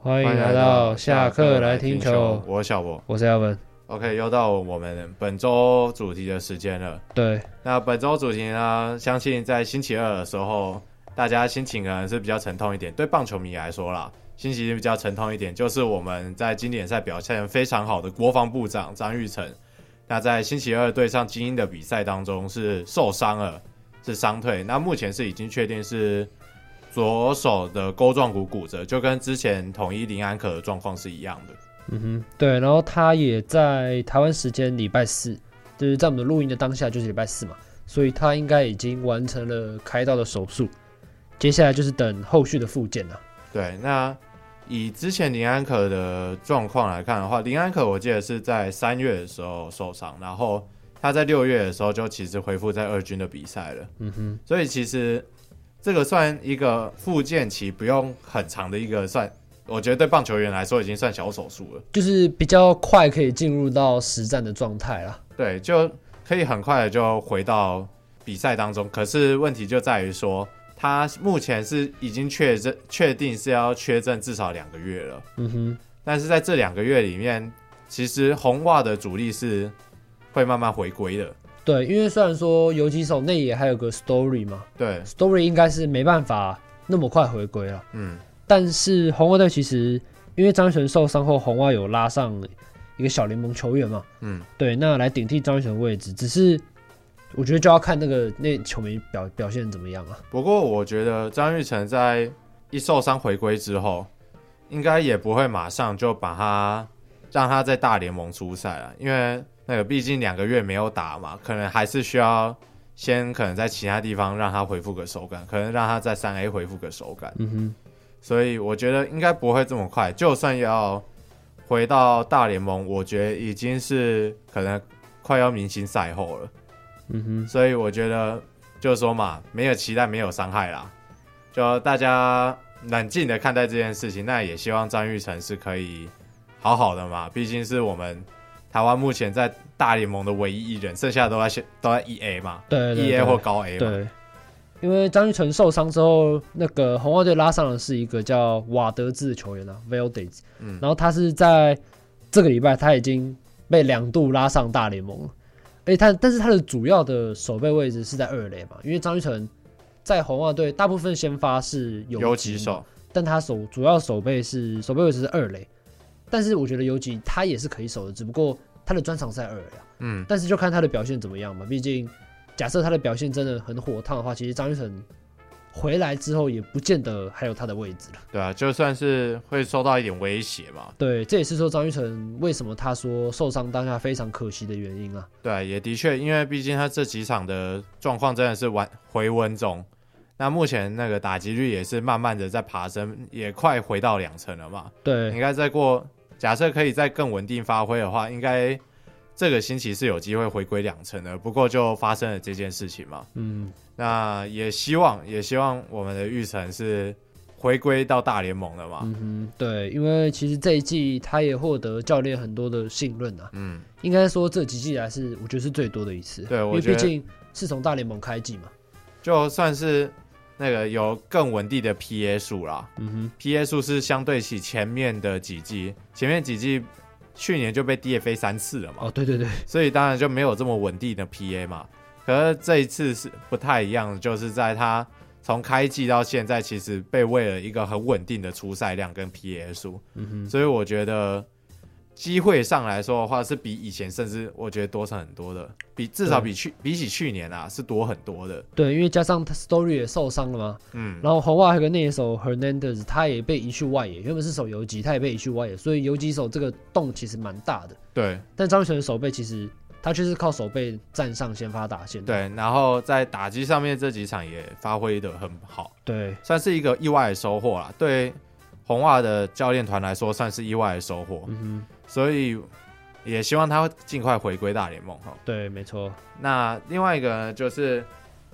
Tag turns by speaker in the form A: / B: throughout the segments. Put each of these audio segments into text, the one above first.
A: 欢迎来到下课来听球，
B: 我是小博。
A: 我是 Alvin。
B: OK，又到我们本周主题的时间了。
A: 对，
B: 那本周主题呢，相信在星期二的时候，大家心情可能是比较沉痛一点。对棒球迷来说啦，心情比较沉痛一点，就是我们在经典赛表现非常好的国防部长张玉成，那在星期二对上精英的比赛当中是受伤了，是伤退。那目前是已经确定是左手的钩状骨骨折，就跟之前统一林安可的状况是一样的。
A: 嗯哼，对，然后他也在台湾时间礼拜四，就是在我们录音的当下就是礼拜四嘛，所以他应该已经完成了开刀的手术，接下来就是等后续的复健啊了。
B: 对，那以之前林安可的状况来看的话，林安可我记得是在三月的时候受伤，然后他在六月的时候就其实恢复在二军的比赛了，
A: 嗯哼，
B: 所以其实这个算一个复健期不用很长的一个算，我觉得对棒球员来说已经算小手术了，
A: 就是比较快可以进入到实战的状态啦。
B: 对，就可以很快的就回到比赛当中。可是问题就在于说，他目前是已经确诊确定是要缺阵至少两个月了。
A: 嗯哼，
B: 但是在这两个月里面，其实红袜的主力是会慢慢回归的。
A: 对，因为虽然说游击手内野还有个 Story 嘛
B: 对，
A: ，Story 应该是没办法那么快回归了。
B: 嗯，
A: 但是红袜队其实因为张玉成受伤后，红袜有拉上一个小联盟球员嘛，
B: 嗯，
A: 对，那来顶替张玉成的位置，只是我觉得就要看那个那球迷表表现怎么样啊。
B: 不过我觉得张玉成在一受伤回归之后，应该也不会马上就把他让他在大联盟出赛了，因为那个毕竟两个月没有打嘛，可能还是需要先可能在其他地方让他恢复个手感，可能让他在三 A 恢复个手感。
A: 嗯哼，
B: 所以我觉得应该不会这么快。就算要回到大联盟，我觉得已经是可能快要明星赛后了。
A: 嗯哼，
B: 所以我觉得就是说嘛，没有期待，没有伤害啦，就大家冷静的看待这件事情。那也希望张玉成是可以好好的嘛，毕竟是我们台湾目前在大联盟的唯一一人，剩下的都在现都在 E A 嘛
A: 对对
B: ，E
A: 对
B: A 或高 A 嘛。
A: 对，因为张玉成受伤之后，那个红袜队拉上的是一个叫瓦德兹的球员啊 v a l d e z
B: 嗯
A: 然后他是在这个礼拜他已经被两度拉上大联盟了，而且他但是他的主要的守备位置是在二垒嘛，因为张玉成在红袜队大部分先发是
B: 游
A: 游
B: 击
A: 嘛
B: 手，
A: 但他守主要守备是守备位置是二垒，但是我觉得游击他也是可以守的，只不过他的专长是在二垒啊。
B: 嗯，
A: 但是就看他的表现怎么样嘛。毕竟，假设他的表现真的很火烫的话，其实张玉成回来之后也不见得还有他的位置了。
B: 对啊，就算是会受到一点威胁嘛，
A: 对，这也是说张玉成为什么他说受伤当下非常可惜的原因啊。
B: 对，也的确，因为毕竟他这几场的状况真的是完回温中，那目前那个打击率也是慢慢的在爬升，也快回到两成了嘛。应
A: 对，
B: 该再过，假设可以再更稳定发挥的话，应该这个星期是有机会回归两成的。不过就发生了这件事情嘛，
A: 嗯，
B: 那也希望也希望我们的玉成是回归到大联盟了嘛。
A: 嗯哼，对，因为其实这一季他也获得教练很多的信任啊。
B: 嗯，
A: 应该说这几季来是我觉得是最多的一次。
B: 对
A: 因
B: 我
A: 为
B: 觉
A: 毕
B: 得
A: 竟是从大联盟开季嘛。
B: 就算是那个有更稳定的 PA 数啦，
A: 嗯
B: PA 数是相对起前面的几季，前面几季去年就被 DFA 三次了
A: 哼，
B: 嘛
A: 哦，，对对对，
B: 所以当然就没有这么稳定的 PA 嘛。可是这一次是不太一样，就是在他从开季到现在，其实被喂了一个很稳定的出赛量跟 PA 数，
A: 嗯
B: 所以我觉得机会上来说的话，是比以前甚至我觉得多上很多的，比至少比去比起去年啊是多很多的。
A: 哼，对，因为加上他 Story 也受伤了嘛，
B: 嗯，
A: 然后红袜还有个内野手 Hernandez，他也被移去外野，原本是守游击，他也被移去外野，所以游击手这个洞其实蛮大的。
B: 对。
A: 但张玉成的守备其实他却是靠守备站上先发打线。
B: 对，然后在打击上面这几场也发挥的很好，
A: 对
B: 算是一个意外的收获啦。对红袜的教练团来说，算是意外的收获，
A: 嗯
B: 所以也希望他尽快回归大联盟哈
A: 哼，。对，没错，
B: 那另外一个呢，就是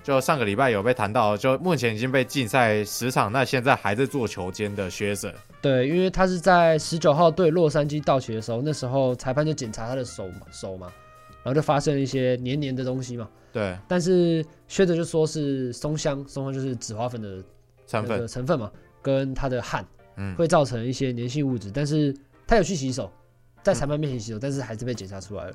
B: 就上个礼拜有被谈到，就目前已经被禁赛十场，那现在还在做球监的学者，
A: 对，因为他是在十九号对洛杉矶道奇的时候，那时候裁判就检查他的手嘛手嘛，然后就发现了一些黏黏的东西嘛，
B: 对
A: 但是薛德就说是松香，松香就是紫花粉的
B: 成
A: 那
B: 分
A: 个成分嘛，跟他的汗，
B: 嗯
A: 会造成一些粘性物质，但是他有去洗手，在裁判面前洗手，但是还是被检查出来了。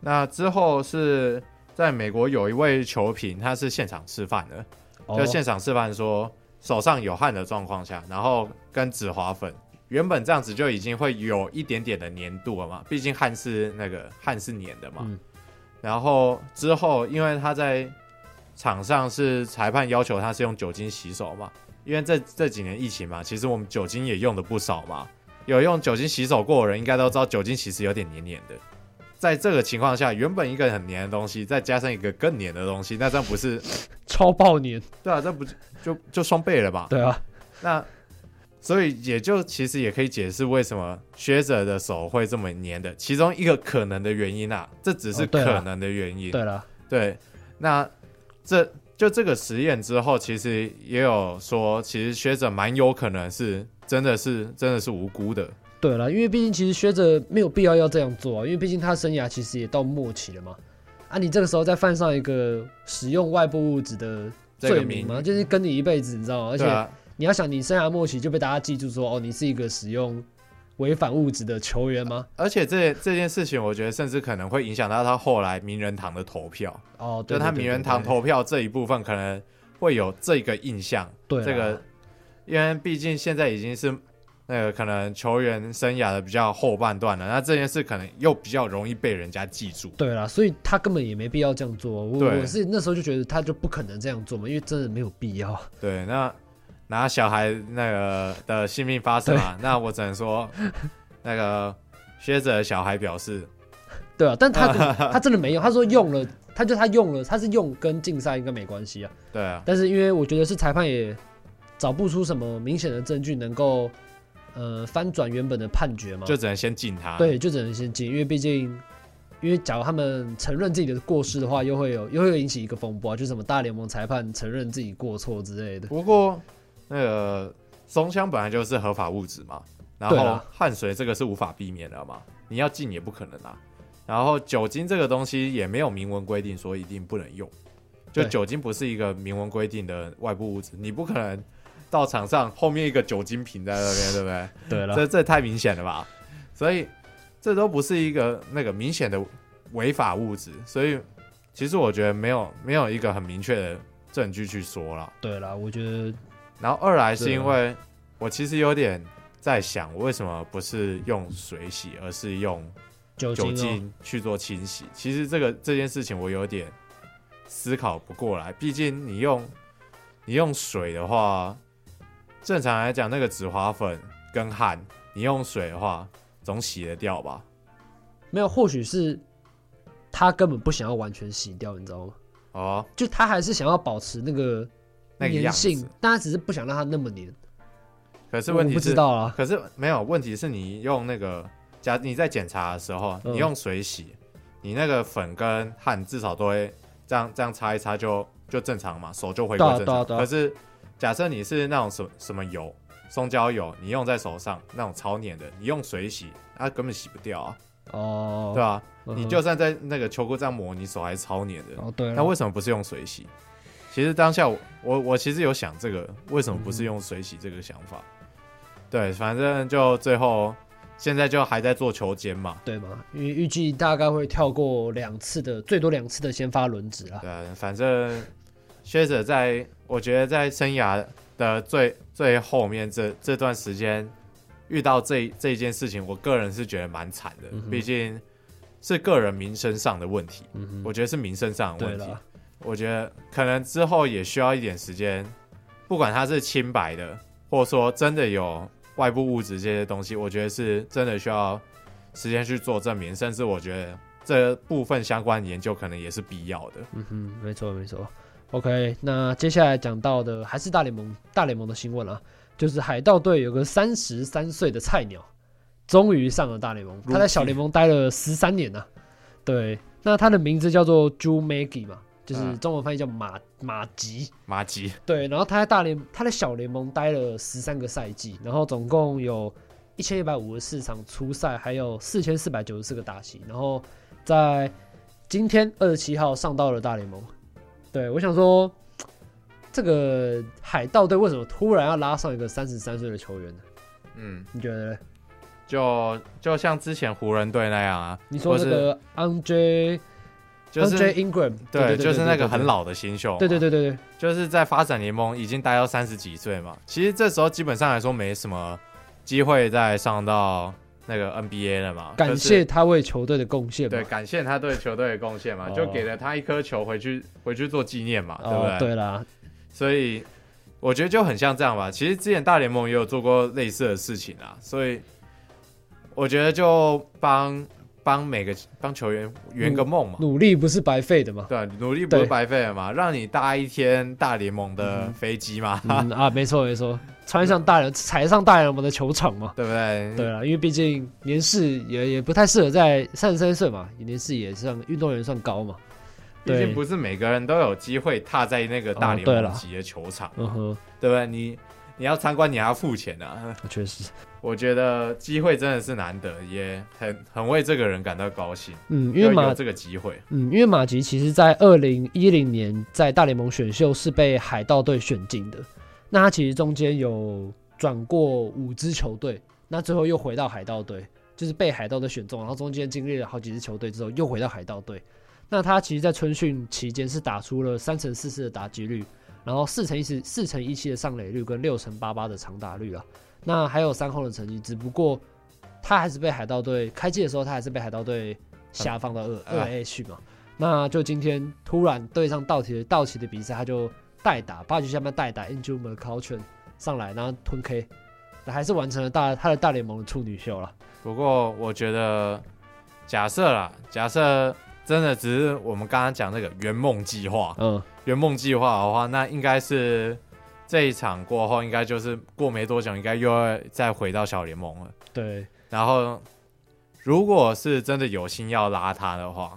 B: 那之后是在美国有一位球评，他是现场示范的，
A: 哦
B: 就现场示范说手上有汗的状况下，然后跟止滑粉，原本这样子就已经会有一点点的粘度了嘛，毕竟汗是那个汗是粘的嘛。
A: 嗯
B: 然后之后，因为他在场上是裁判要求他是用酒精洗手嘛，因为这这几年疫情嘛，其实我们酒精也用的不少嘛。有用酒精洗手过的人应该都知道，酒精其实有点黏黏的。在这个情况下，原本一个很黏的东西，再加上一个更黏的东西，那这样不是
A: 超爆粘，
B: 对啊，这不就就就双倍了吧？
A: 对啊，
B: 那所以也就其实也可以解释为什么学者的手会这么黏的，其中一个可能的原因啊，这只是
A: 哦对啊
B: 可能的原因。
A: 对了，
B: 对，那这就这个实验之后，其实也有说，其实学者蛮有可能是真的是真的是无辜的。
A: 对了，因为毕竟其实学者没有必要要这样做啊，因为毕竟他生涯其实也到末期了嘛。啊，你这个时候再犯上一个使用外部物质的
B: 这个
A: 罪名
B: 名
A: 嘛，就是跟你一辈子，你知道吗？而
B: 对
A: 且
B: 啊，
A: 你要想，你生涯末期就被大家记住说，哦，你是一个使用违反物质的球员吗？
B: 而且这这件事情，我觉得甚至可能会影响到他后来名人堂的投票，
A: 哦，对
B: 就
A: 对
B: 他
A: 对
B: 名
A: 对
B: 人堂
A: 对
B: 投票这一部分可能会有这个印象。
A: 对啊啦
B: 这个，因为毕竟现在已经是那个可能球员生涯的比较后半段了，那这件事可能又比较容易被人家记住。
A: 对啦，所以他根本也没必要这样做。啊我
B: 对
A: 我是那时候就觉得他就不可能这样做嘛，因为真的没有必要。
B: 对，那拿小孩那个的性命发誓嘛，那我只能说，那个学者的小孩表示，
A: 对啊，但他 他真的没有，他说用了，他就他用了，他是用跟竞赛应该没关系啊。
B: 对啊，
A: 但是因为我觉得是裁判也找不出什么明显的证据能够呃翻转原本的判决嘛，
B: 就只能先禁他。
A: 对，就只能先进，因为毕竟。因为假如他们承认自己的过失的话，又会有又会引起一个风波啊、就什么大联盟裁判承认自己过错之类的。
B: 不过那个松香本来就是合法物质嘛，然
A: 对
B: 后
A: 啊
B: 汗水这个是无法避免的嘛，你要禁也不可能啊。然后酒精这个东西也没有明文规定说一定不能用，就
A: 对
B: 酒精不是一个明文规定的外部物质，你不可能到场上后面一个酒精瓶在那边，对 不对？
A: 对了，
B: 这这太明显了吧？所以这都不是一个那个明显的违法物质，所以其实我觉得没有没有一个很明确的证据去说了。
A: 对了，我觉得
B: 然后二来是
A: 对啊
B: 因为我其实有点在想，我为什么不是用水洗，而是用
A: 酒精、
B: 酒
A: 哦、
B: 精去做清洗？其实这个这件事情我有点思考不过来，毕竟你用你用水的话，正常来讲那个止滑粉跟汗，你用水的话总洗得掉吧？
A: 没有，或许是他根本不想要完全洗掉，你知道吗？
B: 哦，
A: 就他还是想要保持那个
B: 那个
A: 粘
B: 样
A: 性
B: 子。，
A: 但他只是不想让它那么粘。
B: 可是
A: 我
B: 问题
A: 不知
B: 是，
A: 道啊，
B: 可是没有问题是你用那个，假你在检查的时候，
A: 嗯
B: 你用水洗，你那个粉跟汗至少都会这样这样擦一擦就就正常嘛，手就回
A: 对啊
B: 归正常。
A: 对啊对啊
B: 可是假设你是那种什什么油，松胶油，你用在手上那种超黏的，你用水洗，那、根本洗不掉啊，
A: 哦，
B: 对吧、
A: 嗯哼
B: 你就算在那个球裤这样磨，你手还是超黏的。
A: 哦对
B: 那
A: 了，
B: 为什么不是用水洗？其实当下我我我其实有想这个，为什么不
A: 嗯
B: 是用水洗这个想法？对，反正就最后现在就还在做球监嘛，
A: 对嘛，因为预计大概会跳过两次的，最多两次的先发轮值啦。
B: 对，反正薛者在我觉得在生涯的最最后面这这段时间遇到这这一件事情，我个人是觉得蛮惨的，
A: 嗯哼
B: 毕竟是个人民生上的问题，
A: 嗯哼，
B: 我觉得是民生上的
A: 对
B: 问题。
A: 了，
B: 我觉得可能之后也需要一点时间，不管他是清白的，或者说真的有外部物质这些东西，我觉得是真的需要时间去做证明，甚至我觉得这部分相关研究可能也是必要的。
A: 嗯哼，没错没错。OK，那接下来讲到的还是大联盟大联盟的新闻啊，就是海盗队有个三十三岁的菜鸟，终于上了大联盟。
B: Rookie
A: 他在小联盟待了十三年呢、啊对，那他的名字叫做 Drew Maggie 嘛，就是
B: 嗯
A: 中文翻译叫马马吉。
B: 马吉，
A: 对，然后他在大联他在小联盟待了十三个赛季，然后总共有一千一百五十四场初赛，还有四千四百九十四个打席，然后在今天二十七号上到了大联盟。对我想说，这个海盗队为什么突然要拉上一个三十三岁的球员呢？
B: 嗯，
A: 你觉得呢？
B: 就就像之前湖人队那样啊，
A: 你说那个 Andre
B: 就是
A: Andre Ingram，对，
B: 对，就是那个很
A: 老。
B: 老的新秀，
A: 对对，对对对，
B: 就是在发展联盟已经待到三十几岁嘛，其实这时候基本上来说没什么机会再上到那个 NBA 了嘛，
A: 感
B: 就是
A: 谢他为球队的贡献嘛。
B: 对，感谢他对球队的贡献嘛，
A: 哦
B: 就给了他一颗球回去回去做纪念嘛，对不
A: 哦，对啦，
B: 所以我觉得就很像这样吧。其实之前大联盟也有做过类似的事情啊，所以我觉得就帮帮每个帮球员圆个梦嘛，
A: 努力不是白费的嘛。
B: 对，啊努力不是
A: 嗯对
B: 白费了嘛，让你搭一天大联盟的飞机嘛，
A: 嗯 啊，没错没错，穿上大人踩上大人们的球场嘛。
B: 对不对？
A: 对啊啦，因为毕竟年事也也不太适合在三十三岁嘛，年事也算运动员算高嘛。
B: 毕竟
A: 对
B: 不是每个人都有机会踏在那个大
A: 哦
B: 联
A: 对
B: 盟
A: 了
B: 级的球场，
A: 嗯哼，
B: 对不对？你你要参观，你还要付钱啊。
A: 确实，
B: 我觉得机会真的是难得，也很很为这个人感到高兴，
A: 嗯，因
B: 因
A: 为
B: 为有
A: 马
B: 这个机会。
A: 嗯，因为马吉其实在二零一零年在大联盟选秀是被海盗队选进的，那他其实中间有转过五支球队，那最后又回到海盗队，就是被海盗队选中，然后中间经历了好几支球队之后又回到海盗队。那他其实，在春训期间是打出了三乘四四的打击率，然后四乘一十四乘一七的上垒率跟六乘八八的长打率啊，那还有三轰的成绩，只不过他还是被海盗队开季的时候，他还是被海盗队下放到二
B: 嗯
A: 二 A 去嘛。那就今天突然对上道奇的道奇的比赛，他就代打八局下半代打 i n j u m a c a u c h e n 上来，然后吞 K，那还是完成了大他的大联盟的处女秀了。
B: 不过我觉得，假设啦，假设真的只是我们刚刚讲那个圆梦计划，
A: 嗯，
B: 圆梦计划的话，那应该是这一场过后，应该就是过没多久，应该又要再回到小联盟了。
A: 对，
B: 然后，如果是真的有心要拉他的话，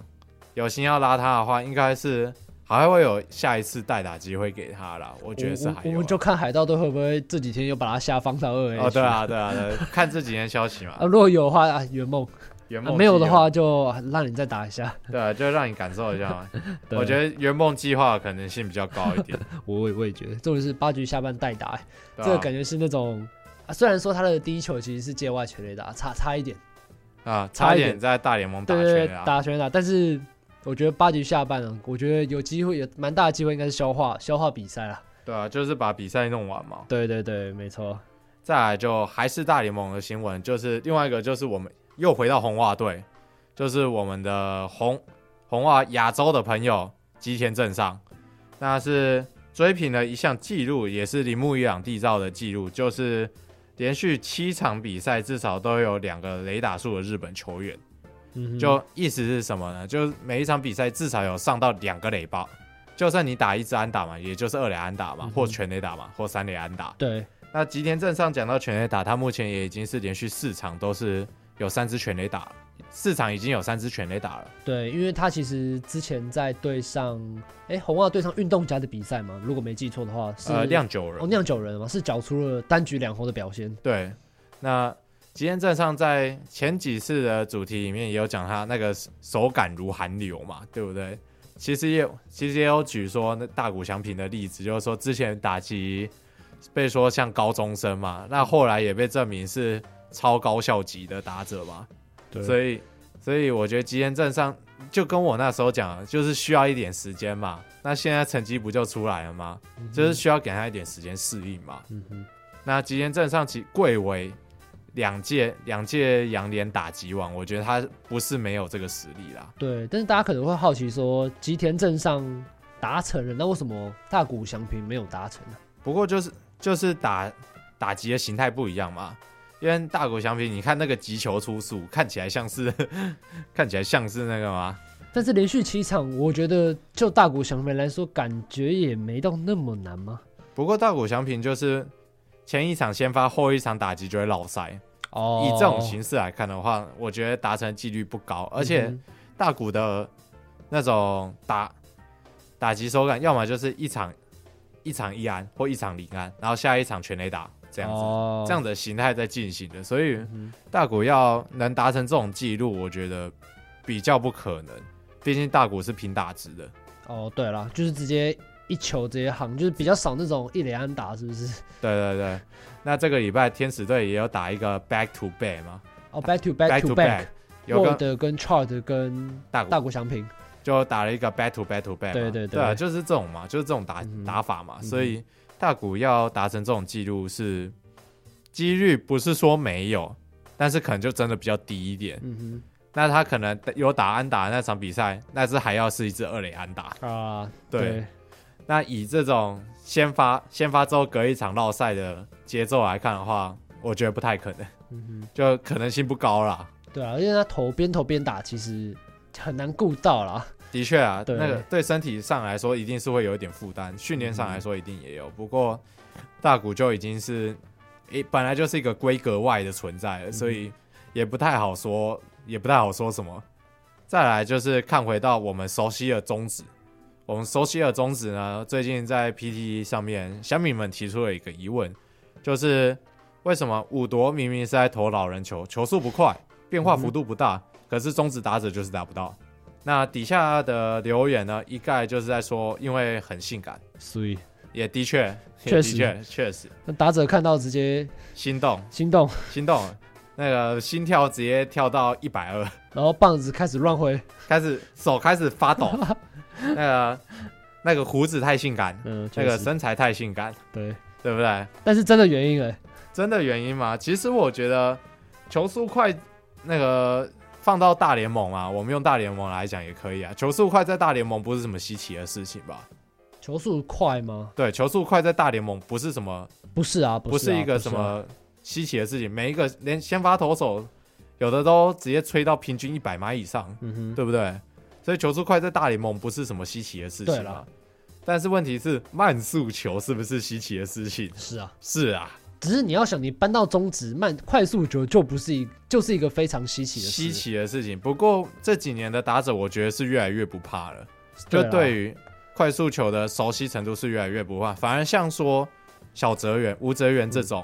B: 有心要拉他的话，应该是还会有下一次代打机会给他啦。我
A: 我
B: 觉得是还
A: 我
B: 有
A: 们
B: 啊。
A: 就看海盗队会不会这几天又把他下放到二 A。
B: 哦，对，啊，对啊，对啊，看这几天消息嘛
A: 啊，。如果有的话，啊圆梦；
B: 圆
A: 啊
B: 梦
A: 没有的
B: 计划
A: 话，就让你再打一下。
B: 对啊，就让你感受一下嘛。
A: 对 啊
B: 我觉得圆梦计划的可能性比较高 一点，
A: 我也我也觉得，重点是八局下半代打、欸这
B: 对啊
A: 个
B: 吧
A: 感觉是那种、啊，虽然说他的第一球其实是界外全垒打，差差一点，
B: 啊，
A: 差
B: 差
A: 一
B: 点
A: 点
B: 在大联盟打
A: 对对
B: 拳
A: 对，
B: 啊。
A: 打全垒打，但是我觉得八局下半啊，我觉得有机会，有蛮大的机会，应该是消化消化比赛啦。
B: 对啊，就是把比赛弄完嘛。
A: 对对对，没错，
B: 再来就还是大联盟的新闻，就是另外一个就是我们又回到红袜队，就是我们的红红袜亚洲的朋友吉田镇上，那是追平了一项纪录，也是铃木一朗缔造的纪录，就是连续七场比赛至少都有两个雷打数的日本球员。
A: 嗯哼，
B: 就意思是什么呢？就是每一场比赛至少有上到两个垒包，就算你打一支安打嘛，也就是二垒安打嘛
A: 嗯，
B: 或
A: 哼
B: 全垒打嘛，或三垒安打。
A: 对，
B: 那吉田镇上讲到全垒打，他目前也已经是连续四场都是有三支全垒打了，四场已经有三支全垒打了。
A: 对，因为他其实之前在对上，哎，红袜对上运动家的比赛嘛，如果没记错的话，是
B: 呃，酿酒人，
A: 哦酿酒人嘛，是缴出了单局两红的表现。
B: 对。那吉田镇上在前几次的主题里面也有讲他那个手感如寒流嘛，对不对？其实也其实也有举说那大谷翔平的例子，就是说之前打击被说像高中生嘛，那后来也被证明是超高效级的打者嘛。
A: 对
B: 所以所以我觉得吉田镇上就跟我那时候讲，就是需要一点时间嘛。那现在成绩不就出来了吗？就是需要给他一点时间适应嘛。
A: 嗯哼，
B: 那吉田镇上其贵为两届两届洋联打击王，我觉得他不是没有这个实力啦。
A: 对，但是大家可能会好奇说，吉田镇上达成了，那为什么大谷翔平没有达成啊呢？
B: 不过就是就是打打击的形态不一样嘛。因为大谷翔平，你看那个击球出速，看起来像是 看起来像是那个吗？
A: 但是连续七场，我觉得就大谷翔平来说，感觉也没到那么难吗？
B: 不过大谷翔平就是前一场先发，后一场打击就会落塞。
A: 哦
B: 以这种形式来看的话，我觉得达成几率不
A: 嗯
B: 高，而且、大股的那种打打击手感，要么就是一场一场一安或一场零安，然后下一场全垒打这样子，
A: 哦
B: 这样的形态在进行的。所以
A: 嗯
B: 大股要能达成这种记录，我觉得比较不可能，毕竟大股是平打值的。
A: 哼哦，对了，就是直接一球直接夯，就是比较少那种一垒安打，是不是？
B: 对对对，那这个礼拜天使队也有打一个 back to back 嘛
A: 哦，back to back to
B: to
A: back，
B: 有跟
A: Ward 跟 Chart 跟
B: 大
A: 大
B: 谷
A: 谷翔平，
B: 就打了一个 back to back to back，嘛
A: 对对对
B: 啊就是这种嘛，就是这种打、
A: 嗯哼
B: 打法嘛，
A: 哼
B: 所以大谷要达成这种记录是几率不是说没有，但是可能就真的比较低一点。
A: 嗯
B: 那他可能有打安打那场比赛，那只还要是一支二垒安打。
A: 哼啊，
B: 对，那以这种先发先发之后隔一场绕赛的节奏来看的话，我觉得不太可能，
A: 嗯
B: 就可能性不高啦。
A: 哼，对啊，因为他投边投边打，其实很难顾到啦。
B: 的确啊，
A: 对
B: 那个对身体上来说一定是会有一点负担，训练上来说一定也有。不过大谷就已经是，诶、本来就是一个规格外的存在了，所以也不太好说，也不太好说什么。再来就是看回到我们熟悉的宗旨，我们熟悉的宗旨呢，最近在 PT 上面，小米们提出了一个疑问，就是为什么五夺明明是在投老人球，球速不快，变化幅度不大，可是中指打者就是打不到？那底下的留言呢，一概就是在说，因为很性感，
A: 所以
B: 也的确，也
A: 确
B: 的
A: 实
B: 确，确实
A: 那打者看到直接
B: 心动，
A: 心动，
B: 心动了，那个心跳直接跳到一百二，
A: 然后棒子开始乱挥，
B: 开始手开始发抖，那个那个胡子太性感，
A: 嗯，
B: 那
A: 确
B: 个
A: 实
B: 身材太性感，
A: 对，
B: 对不对？
A: 但是真的原因哎，
B: 真的原因吗？其实我觉得球速快，那个放到大联盟啊，我们用大联盟来讲也可以啊。球速快在大联盟不是什么稀奇的事情吧？
A: 球速快吗？
B: 对，球速快在大联盟不是什么，
A: 不是啊，
B: 不
A: 是啊
B: 一个
A: 不是
B: 什
A: 啊
B: 么稀奇的事情。每一个连先发投手，有的都直接吹到平均一百码以上，
A: 嗯哼，
B: 对不对？所以球速快在大联盟不是什么稀奇的事
A: 对
B: 情
A: 啦
B: 啊。但是问题是，慢速球是不是稀奇的事情？
A: 是啊，
B: 是啊，
A: 只是你要想，你搬到中职慢快速球就不是一就是一个非常稀奇的事
B: 稀，奇的事情。不过这几年的打者，我觉得是越来越不怕了，就
A: 啊
B: 对于快速球的熟悉程度是越来越不怕。反而像说小泽圆、吴泽圆这种，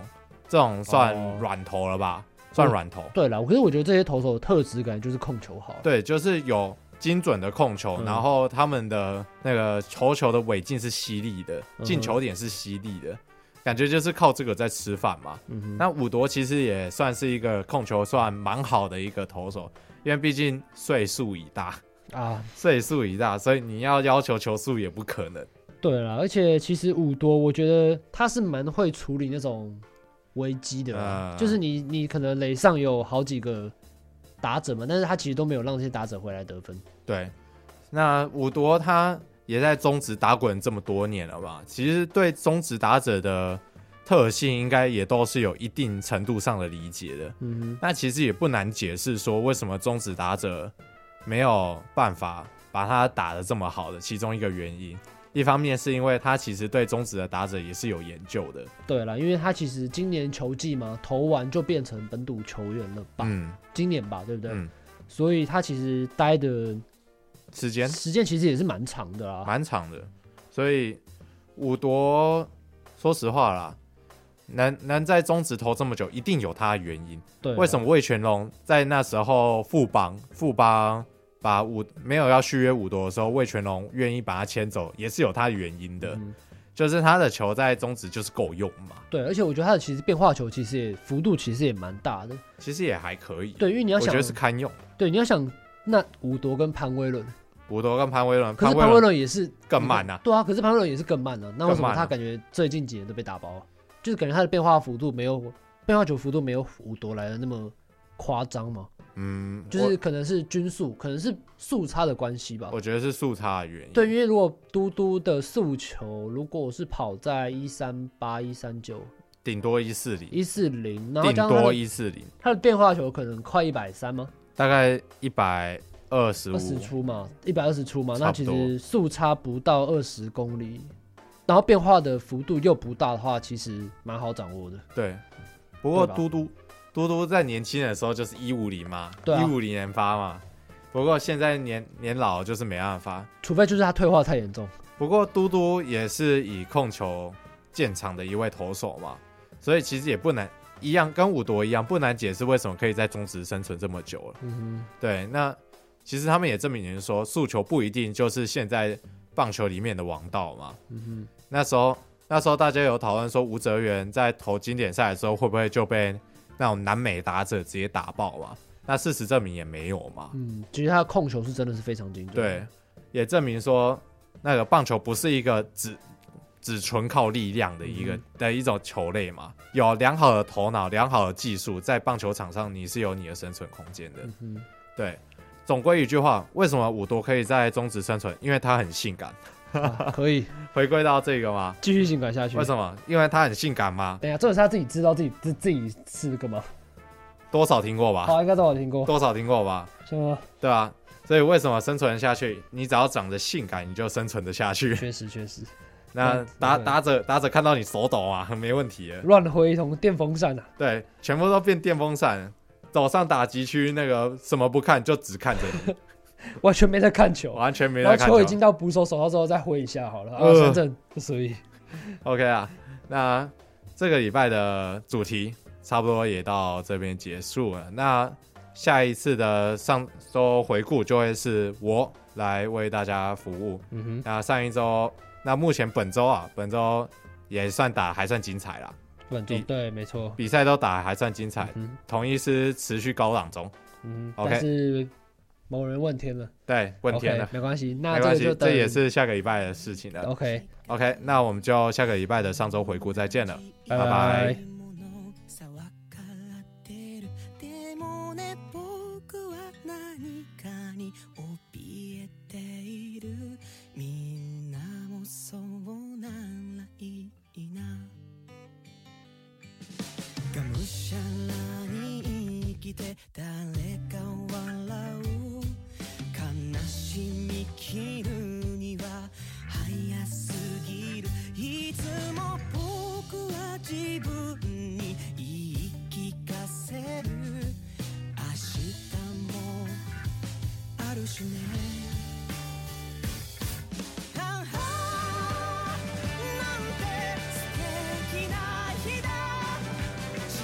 B: 这种算
A: 嗯哦
B: 软投了吧？算软投。
A: 对了，可是我觉得这些投手的特质感就是控球好，
B: 对，就是有精准的控球，
A: 嗯
B: 然后他们的那个投球的尾劲是犀利的，
A: 嗯
B: 进球点是犀利的，感觉就是靠这个在吃饭嘛。
A: 嗯哼，
B: 那五夺其实也算是一个控球算蛮好的一个投手，因为毕竟岁数已大，
A: 啊，
B: 岁数已大，所以你要要求球速也不可能。
A: 对了，而且其实五多，我觉得他是蛮会处理那种危机的啦，
B: 嗯
A: 就是你你可能垒上有好几个打者嘛，但是他其实都没有让这些打者回来得分，
B: 对，那五夺他也在中职打滚这么多年了吧？其实对中职打者的特性应该也都是有一定程度上的理解的。
A: 嗯
B: 那其实也不难解释说为什么中职打者没有办法把他打得这么好的其中一个原因。一方面是因为他其实对中职的打者也是有研究的，
A: 哼，对了，因为他其实今年球季嘛，投完就变成本土球员了吧，
B: 嗯
A: 今年吧，对不对？
B: 嗯，
A: 所以他其实待的
B: 时间啊
A: 时间其实也是蛮长的啦。
B: 蛮长的，所以五夺，说实话啦，能能在中职投这么久，一定有他的原因。
A: 对，啊
B: 为什么？魏全龙在那时候副帮副帮把五没有要续约五夺的时候，魏全龙愿意把他签走，也是有他的原因的，
A: 嗯
B: 就是他的球在中职就是够用嘛，
A: 对，而且我觉得他的其实变化球其实也幅度其实也蛮大的。
B: 其实也还可以。
A: 对，因为你要
B: 我
A: 想
B: 觉得，是堪用。
A: 对，你要想那吴铎跟潘威伦，
B: 五夺跟潘威伦，
A: 可是潘
B: 威
A: 威
B: 伦
A: 伦也是
B: 更慢呐、
A: 对啊，可是潘威伦也是更慢啊。那为什
B: 更
A: 么
B: 慢啊
A: 他感觉最近几年都被打包啊、就是感觉他的变化幅度没有变化球幅度没有吴铎来的那么夸张嘛？
B: 嗯，
A: 就是可能是均速，可能是速差的关系吧
B: 我。我觉得是速差的原因。
A: 对，因为如果嘟嘟的速球，如果是跑在一三八、一三九、
B: 顶多一四零，
A: 一四零，然后
B: 顶
A: 加上他
B: 多
A: 的
B: 一四零。
A: 他的变化球可能快一百三吗？
B: 大概一百二十
A: 二十
B: 五，
A: 出嘛，一百二十出嘛，那
B: 差
A: 其
B: 不多
A: 实速差不到二十公里，然后变化的幅度又不大的话，其实蛮好掌握的。
B: 对。不过
A: 对吧
B: 嘟嘟嘟嘟在年轻的时候就是一五零嘛，
A: 对啊
B: 一五零研发嘛。不过现在年年老就是没办法。
A: 除非就是他退化太严重，
B: 不过嘟嘟也是以控球见长的一位投手嘛，所以其实也不难，一样跟五夺一样，不难解释为什么可以在中职生存这么久了。
A: 嗯
B: 对，那其实他们也证明说，诉求不一定就是现在棒球里面的王道嘛。
A: 嗯
B: 那时候那时候大家有讨论说，吴哲源在投经典赛的时候会不会就被那种南美打者直接打爆嘛？那事实证明也没有嘛。
A: 嗯，其实他的控球是真的是非常精准。
B: 对，也证明说那个棒球不是一个只只纯靠力量的一个、的一种球类嘛。有良好的头脑、良好的技术，在棒球场上你是有你的生存空间的。
A: 嗯哼，
B: 对，总归一句话，为什么五多可以在中职生存？因为他很性感。
A: 啊可以
B: 回归到这个嘛，
A: 继续性感下去
B: 为。什么？因为他很性感嘛，
A: 等一下，这是他自己知道自己自自己是个嘛？
B: 多少听过吧？
A: 好，应该都有听过，
B: 多少听过吧？
A: 是吗？
B: 对啊，所以为什么生存下去？你只要长得性感，你就生存得下去。
A: 确 实确实，
B: 那
A: 嗯
B: 打
A: 对
B: 打者打者看到你手抖啊， 没问题的。
A: 乱挥一通电风扇啊，
B: 对，全部都变电风扇，走上打击区那个什么不看，就只看着 你，
A: 完全没在看球。啊
B: 完全啊没
A: 然
B: 在
A: 后
B: 看
A: 球已经
B: 球。
A: 到捕手手上之后再挥一下好了，啊，
B: 呃
A: 深圳不所以
B: OK 啊，那这个礼拜的主题差不多也到这边结束了。那下一次的上周回顾就会是我来为大家服务。
A: 嗯哼，
B: 那上一周，那目前本周啊，本周也算打还算精彩啦，
A: 稳
B: 比
A: 住，对，没错，
B: 比赛都打还算精彩，
A: 嗯
B: 同一师持续高档中。
A: 嗯，
B: 哎 OK
A: 但是某人问天了，
B: 对，问天了
A: OK，没关系，那
B: 没
A: 这
B: 关
A: 个
B: 系
A: 就，
B: 这
A: 等哦
B: 也是下个礼拜的事情了。
A: OK，
B: OK，那我们就下个礼拜的上周回顾再见了。
A: 拜
B: 拜
A: 拜。
C: さわからってるでもね僕は何かに怯えているみんなもそうなんらいいながむしゃらに生きて誰か笑う悲しみ切るには早すぎるいつも僕は自分に言い聞かせる明日もあるしねはんはんなんて素敵な日だ幸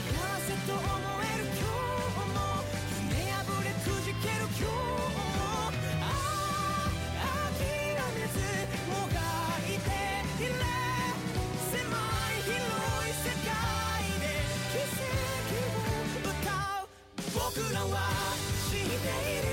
C: せと思える今日も夢破れくじける今日もああ諦めずもがいていれ狭い広い世界で奇跡を歌う僕らは知っている